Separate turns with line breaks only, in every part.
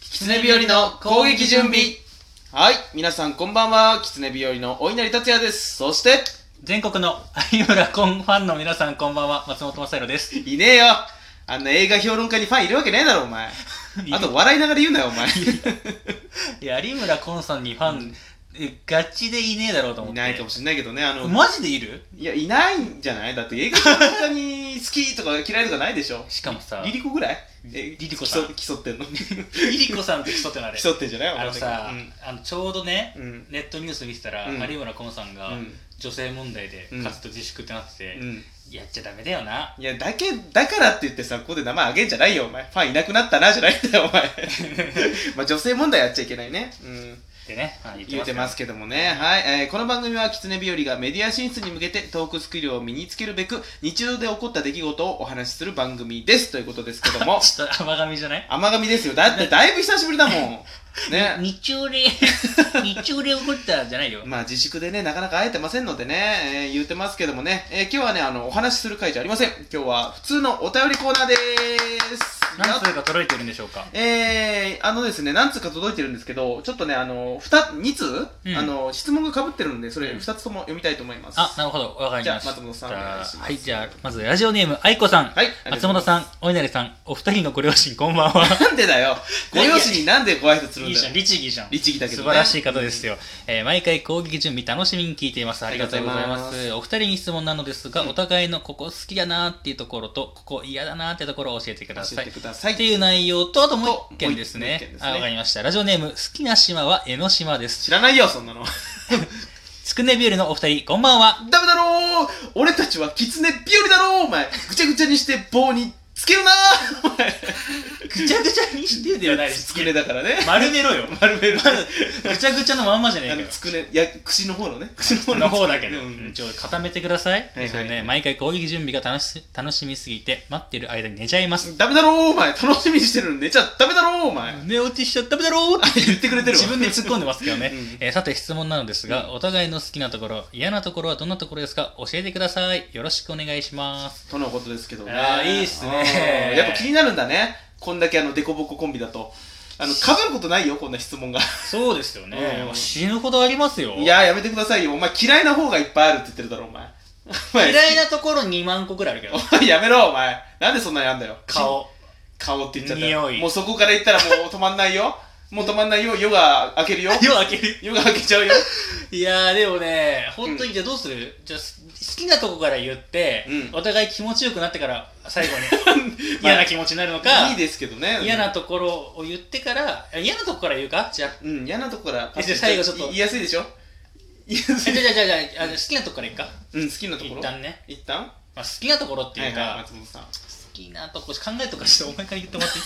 狐日和の攻撃準備
はい皆さんこんばんは狐日和のお稲荷達也ですそして
全国の有村コンファンの皆さんこんばんは松本正弘です
いねえよあんな映画評論家にファンいるわけねえだろお 前あと笑いながら言うなよお前
いや有村コンさんにファ
う
ン、
ん
えガチでいねえだろうと思っ
い
て
ないかもしれないけどねあの
マジでいる
いやいないんじゃないだって映画評論家に好きとか嫌いとかないでしょ
しかも さ
リリコぐらいえ
リリコさん
競競ってんの
リリコさんって人ってなれ
競ってんじゃない
あのさ、
うん
あのちょうどね、
うん
ネットニュース見てたら、
うん
有村コンさんが、
うん
女性問題で
うん
活動自粛ってなってて、
うん
やっちゃダメだよない
やだけだからって言ってさここで名前あげんじゃないよお前ファンいなくなったなじゃないんだよお 前まあ女性問題やっちゃいけないねうん
ってね、まあ
言ってます
け
けどもね、はいえーこの番組は狐日和がメディア進出に向けてトークスキルを身につけるべく日常で起こった出来事をお話しする番組ですということですけど も
ちょっと甘噛みじ ゃない
甘噛みですよだってだいぶ久しぶりだもん ね
日曜で日曜で起こったじゃないよ
まあ自粛でねなかなか会えてませんのでね、えー言ってますけどもね、えー今日はねあのお話しする回じゃありません今日は普通のお便りコーナーです
何通か届いてるんでしょうか
えー、あのですね、何通か届いてるんですけど、ちょっとね、あの、ふた二通、
うん
あの、質問がかぶってるので、それ
うん
二つとも読みたいと思います。
あなるほどわかりました
じゃあ松本さん
じゃあ
お願いします
はいじゃあまずラジオネーム愛子さん、
はい、
松本さんお稲荷さんお二人のご両親こんばんは
ん。なんでだよ。ご両親になんでご挨拶するんだよ。
律儀じゃん
律儀だけどね
素晴らしい方ですよ、えー毎回攻撃準備楽しみに聞いていますありがとうござ
あり
います
がとうござい
お二人に質問なのですが、お互いのここ好きだなーっていうところとここ嫌だなーってところを教えてくださ
教え
い
てください。
っていう内容と、あともう一件です
もう一件
ね
で。すね
あ、わかりました。ラジオネーム、好きな島は江ノ島です。
知らないよ、そんなの。
つくねビュールのお二人、こんばんは。
ダメだろう俺たちは狐日和だろうお前ぐちゃぐちゃにして棒につけるなお前
ぐちゃぐちゃにしてではないです
つくねだからね。
丸めろよ。
丸める。
ぐちゃぐちゃのまんまじゃね
あ
え
の、
か
つくね、いや、串の方のね。串の方
よ。の方だけど、
う
うん
ん
ちょ固めてください。
はいはい
そうね、毎回攻撃準備が楽し楽しみすぎて、待ってる間に寝ちゃいます。
ダメだろうお前楽しみにしてるの寝ちゃダメだろうお前
寝落ちしちゃダメだろうって
言ってくれてるわ
自分で突っ込んでますけどね、
うん
えーさて質問なのですが、お互いの好きなところ嫌なところはどんなところですか教えてくださいよろしくお願いします
とのことですけどね
あーいいっすね
あーやっぱ気になるんだねこんだけあのデコボココンビだとあのかぶることないよこんな質問が
そうですよね、
うん
死ぬほどありますよ
いやーやめてくださいよお前嫌いな方がいっぱいあるって言ってるだろお前お前
嫌いなところ2万個ぐらいあるけど
お前やめろお前なんでそんなにあんだよ
顔
顔って言っちゃったよ
匂い
もうそこから言ったらもう止まんないよもう止まんないよ夜が明け るよ
夜明ける
夜が明けちゃうよ
いやーでもね本当にじゃあどうする、じゃあす好きなとこから言って、
うん
お互い気持ちよくなってから最後に 嫌な気持ちになるのか、
いいですけどね
嫌なところを言ってからあ嫌なとこから言うかじ ゃあ
うん嫌なとこから
えじゃあ最後ちょっと
言いやすいでしょ言いやす
じ
い
ゃあじゃあじゃあじゃああの好きなとこからいっか
うん好きなところ
一旦ね、
一旦
まあ、好きなところっていうか、
はいはい、松本さん
好きなとこ考えとかしてお前から言ってもらってい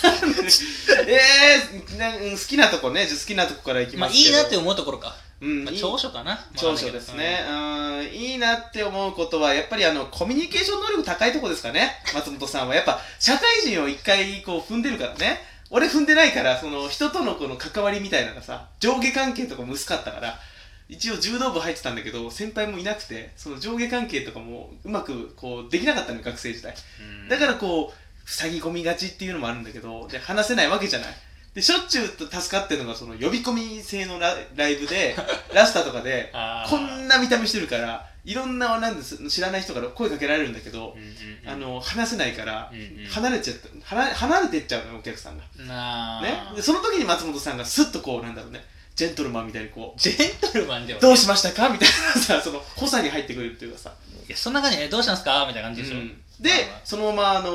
えーなうん、好きなとこねじゃあ好きなとこからいき
い
ま
まあ
す
い
け
い
ど
なって思うところか、
うん
まあ、
いい
長所かな
長所ですね、うん、いいなって思うことはやっぱりあのコミュニケーション能力高いとこですかね松本さんはやっぱ社会人を一回こう踏んでるからね俺踏んでないからその人とのこの関わりみたいなのがさ上下関係とかも薄かったから一応柔道部入ってたんだけど先輩もいなくてその上下関係とかもうまくこうできなかったのよ学生時代
うん
だからこう塞ぎ込みがちっていうのもあるんだけどで話せないわけじゃないでしょっちゅう助かってるのがその呼び込み制のラライブ でラスターとかで
あー
こんな見た目してるからいろんななんです知らない人から声かけられるんだけど、あの話せないから、
うんうん
離れちゃった離れ離れてっちゃうのよお客さんが、
なあ、
ね、でその時に松本さんがスッとこうなんだろうねジェントルマンみたいにこ
ジェントルマンでは
うどうしましたかみたいなさその補佐に入ってくれるっていうかさ
いやそんな感じでえどうしたんですかみたいな感じでしょ、
で
まあ
そのまま、あの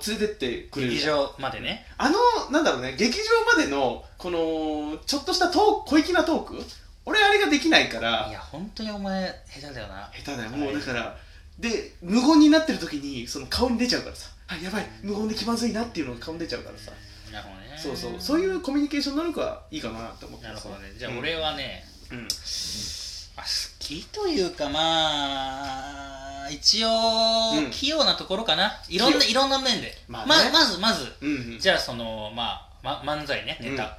ー連れてってくれる
劇場までね
あのなんだろうね劇場までのこのちょっとしたトーク小粋なトーク俺あれができないから
いや本当にお前下手だよな
下手だよも
は
う
い
だから、で無言になってる時にその顔に出ちゃうからさあやばい無言で気まずいなっていうのが顔に出ちゃうからさ、
なるほどね
そうそうそういうコミュニケーション能力はいいかなと思って
な
ま
る
す
ほどねじゃあ俺はね、
うん、うん
まあ、好きというかまあ一応、
うん
器用なところかないろんな
器
いろんな面で、
まあね
ままずまず
うんうん
じゃあそのまあ、ま、漫才ねネタ、まあ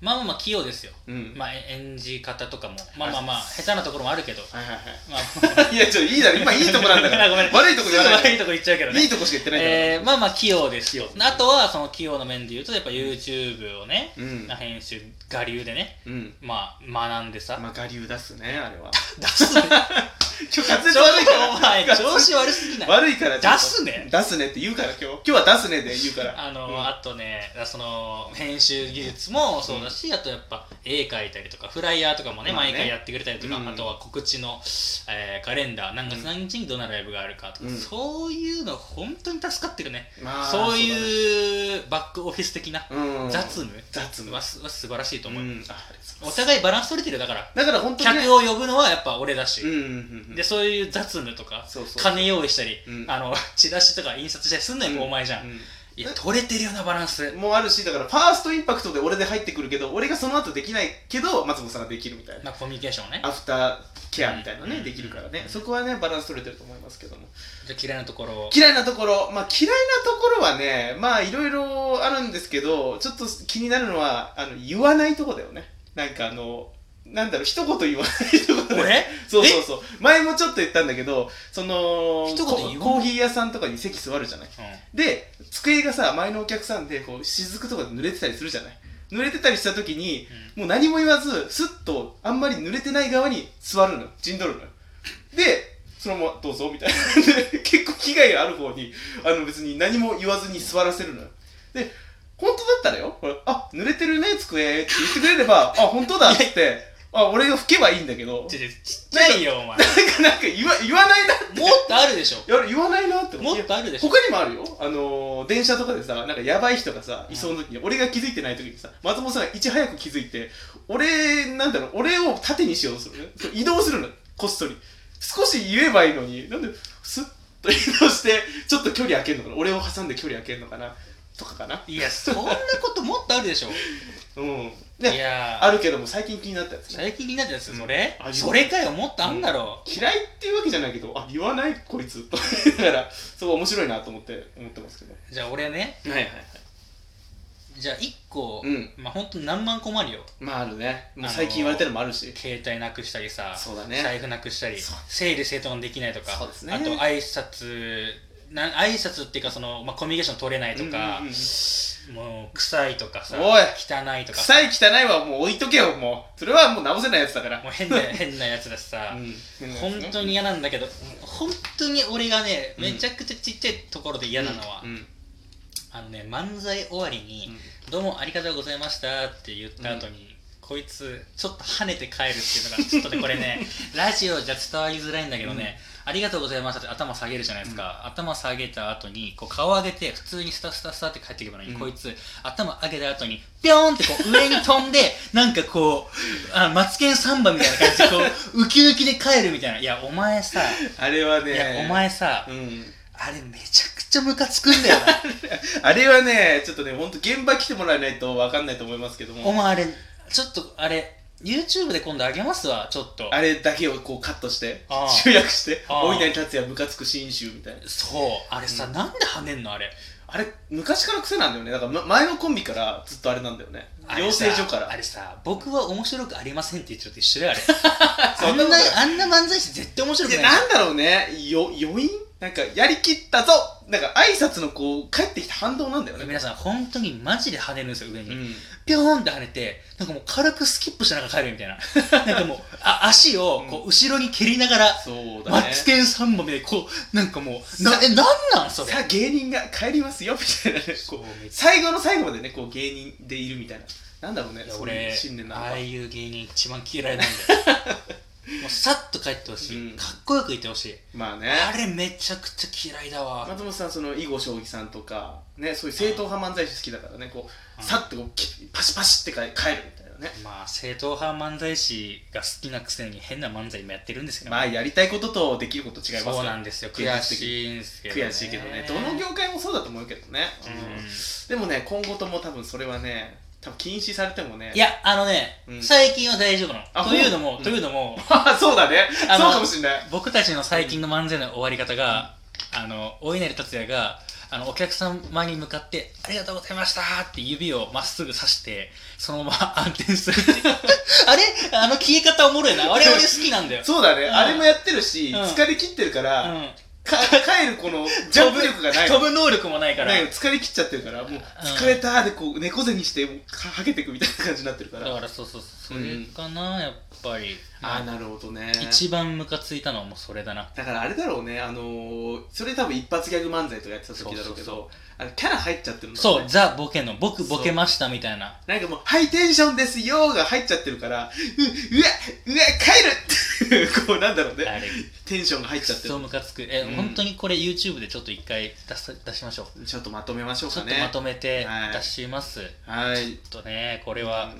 まあまあ器用ですよ、
うん
まあえ演じ方とかもまあまあまあ
はい
下手なところもあるけど
はいはいはい
ま あ
いや、ちょ、いいだろ、今いいとこなんだから。
ごめん
悪いとこ言わ
す
な
ぐ
いか
悪いとこ言っちゃうけど
ら。
ね
いいとこしか言ってないから。
えーまあまあ器用ですよ
器用
あとはその器用の面で言うとやっぱ YouTube をね、
うん。
編集我流でね
うん。
まあ学んでさ、
まあ、我流出すね、あれは。
出すね
今日滑
ち
舌
ょ
悪いか
お 前
ら。
調子悪すぎない
悪いからちょっと
出すね
出すねって言うから今日今日は出すねで言うから
あの、
うん
あとねその編集技術もそうだし、あとやっぱ絵描いたりとかフライヤーとかもね,、
まあね
毎回やってくれたりとか、
うん
あとは告知の、えーカレンダー何月何日にどんなライブがあるかとか、
うん
そういうの本当に助かってるね、
まあ
そういうバックオフィス的な
そうだねうん
雑務
雑務
はすは素晴らしいと思う、
うんあありがとうございます
お互いバランス取れてるだから
だから本当にね
客を呼ぶのはやっぱ俺だし、
うんうんうんうん
でそういう雑務とか
そうそう
金用意したり、
うん
あの チラシとか印刷したりすんのよ、もうお前じゃん、
う
いや取れてるよなバランス
もうあるしだからファーストインパクトで俺で入ってくるけど俺がその後できないけど松本さんができるみたいな
まあ、コミュニケーションをね
アフターケアみたいなね、
うん
できるからね、そこはねバランス取れてると思いますけども
じゃあ嫌いなところを
嫌いなところまあ嫌いなところはねまあいろいろあるんですけどちょっと気になるのはあの言わないとこだよねなんかあのなんだろう一言言わないとこだよね
俺
そうそうそう前もちょっと言ったんだけどその
一言
コ
言わない
コーヒー屋さんとかに席座るじゃないで机がさ前のお客さんでこう雫とかで濡れてたりするじゃない濡れてたりした時にもう何も言わず、スッと、あんまり濡れてない側に座るのよ。陣取るのよ。で、そのままどうぞ、みたいな。で結構危害がある方に、あの別に何も言わずに座らせるのよ。で、本当だったらよ、これ、あ、濡れてるね、机って言ってくれれば、あ、本当だっつって、あ、俺が吹けばいいんだけど、
ちょちょちっちゃいよお前も
なんか、なんか言わ言わないな
っとあるでしょ
いや、言わないなって思
もっとあるでしょ
他にもあるよ、あのー電車とかでさ、なんかやばい人がさ、いそうな時に、俺が気づいてない時にさ、松本さんがいち早く気づいて、俺、なんだろう、俺を盾にしようとするね。そう移動するの、こっそり。少し言えばいいのに、なんで、スッと移動して、ちょっと距離空けるのかな、俺を挟んで距離空けるのかな、とかかな。
いやそんなこともっとあるでしょ
うん。
い
ね、
や
あるけども、最近気になったやつね。
最近になってたやつそれ
あ
それかよもっとあんだろ
嫌いっていうわけじゃないけど、あ、言わない、こいつ。と言いながら、すごい面白いなと思って、思ってますけど。は
じゃあ俺ね
いはいはい。
じゃあ1個、
うん
まあ本当に何万個もあるよ
まああるね。も
あの
う
ー
最近言われてるのもあるし。
携帯なくしたりさ
そうだね
財布なくしたり
そう
整理整頓できないとか
そうですね
あと挨拶な挨拶っていうかその、まあ、コミュニケーション取れないとか、
うんうんうん
もう臭いとかさ
おい
汚いとかさ
臭い汚いはもう置いとけよ、もう。それはもう直せないやつだから。
もう変な 変なやつだしさ、
うん
本当に嫌なんだけど本当に俺がね
うん
めちゃくちゃちっちゃいところで嫌なのは、
うんうん
あのね漫才終わりに「どうもありがとうございました」って言った後に、こいつちょっと跳ねて帰るっていうのがちょっとねこれねラジオじゃ伝わりづらいんだけどね、ありがとうございましたって頭下げるじゃないですか、頭下げた後にこう顔上げて普通にスタスタスタって帰っていけばいいのに、
うん
こいつ頭上げた後にピョーンってこう上に飛んで なんかこうあマツケンサンバみたいな感じでこうウキウキで帰るみたいないやお前さ
あれはい
や
ね、
お前さ、
うん。
あれめちゃくちゃムカつくんだよな
あれはね、ちょっとね、本当現場来てもらえないと分かんないと思いますけど
お
も、
前あれちょっとあれ YouTube で今度あげますわちょっと
あれだけをこうカットして
ああ、
集約して、
ああ
大稲達也ムカつく新集みたいな。
そうあれさ、
うん
なんで跳ねんのあれ
あれ、昔から癖なんだよね。だからま前のコンビからずっとあれなんだよね。
あれ
養
さ
成所から。
あれさ僕は面白くありませんって言ってると一緒だよあれ
そ
あん
んな
な
ことない
あんな漫才師絶対面白くない
でなんだろうねよ余韻なんかやりきったぞなんか挨拶のこう帰ってきた反動なんだよね
皆さん本当にマジで跳ねるんですよ上に、
うん
ピョーンって跳ねてなんかもう軽くスキップしながら帰るみた いななんかもうあ足をこう後ろに蹴りながら、
そう
マ
だね
ッチケン3本でこうなんかもうなえなんなんそれ
さあ芸人が帰りますよみたいなねこ
そう
う
めっち
最後の最後までねこう芸人でいるみたいななんだろうね
ゃいや
そうい
俺
う信念なの
あ
か
あいう芸人一番嫌いなんだよ もうさっと帰ってほしい、
うん
かっこよくいてほしい
まあね
あれめちゃくちゃ嫌いだわ、
松本さんその囲碁将棋さんとかねそういう正統派漫才師好きだからねこう
うん
さっとこうきパシパシって帰帰るみたいなね
まあ正統派漫才師が好きなくせに変な漫才もやってるんですけど、
まあやりたいこととできること違いますよ
そうなんですよ
現
悔
実的に
しいんですけど、ね、
悔しいけどねどの業界もそうだと思うけどね、うん
う
でもね、今後とも多分それはね、多分禁止されてもね。
んい、やあのね、
うん
最近は大丈夫な
あ
のというのも、
ほん
というのも
そうだね。
あの
そうかもしれない。
僕たちの最近の漫才の終わり方が、あのお稲荷達也があのお客様に向かって「ありがとうございました」って指をまっすぐ指してそのまま 暗転するっていうあれあの消え方おもろいなあれ俺好きなんだよ、
そうだね、
うん
あれもやってるし、
うん
疲れ切ってるか
う
ら、
ん、
か帰るこのジャンプ力がないの
飛ぶ能力もないから
ないの疲れ切っちゃってるからもう疲れたーでこう猫背にしてもうかはげてくみたいな感じになってるか
だ
ら
からそうそうそうそれかな、やっぱり
ああなるほどね
一番ムカついたのはもうそれだな
だからあれだろうねあのー、それ多分一発ギャグ漫才とかやってた時だろうけど
そうそうそ
あのキャラ入っちゃってるんだろ
そう
ね
うザボケの僕ボケましたみたいな
なんかもう、ハイテンションですよーが入っちゃってるから、う、うわ、うわ、帰るって、こ うなんだろう
あ
ね。
れ
テンションが入っちゃってる
そう。ムカつくえ、
うん
本当にこれ YouTube でちょっと一回出す出しましょう
ちょっとまとめましょう
ち
か
ょっとま
ね。
とめて
はい
出します、
はい。
ちょっとねこれは、
うん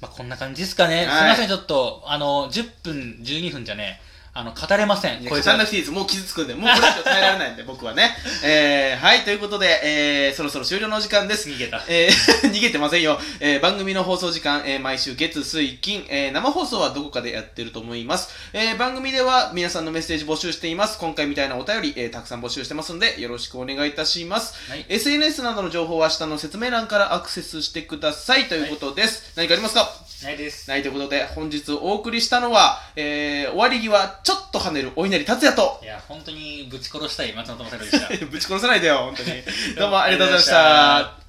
まあ、こんな感じですかね、
はい
すいませんちょっとあの10分12分じゃねあの語れません
いや
こいつ
語らなくていいです。もう傷つくんで、もうこれ以上耐えられ ないんで、僕はね。えー、はい、ということで、えー、そろそろ終了の時間です。
逃げた
えー 逃げてませんよ、えー番組の放送時間、えー毎週月水金、えー生放送はどこかでやってると思います、えー番組では皆さんのメッセージ募集しています今回みたいなお便り、えーたくさん募集してますんでよろしくお願いいたします
はい
SNS などの情報は下の説明欄からアクセスしてくださいということです、何かありますか
ないです
ないということで本日お送りしたのは、えー終わり際ちょっと跳ねるお稲荷達也と
い や 本当にぶち殺したい松本まさるでした
ぶち殺さないでよ本当にどうもありがとうございました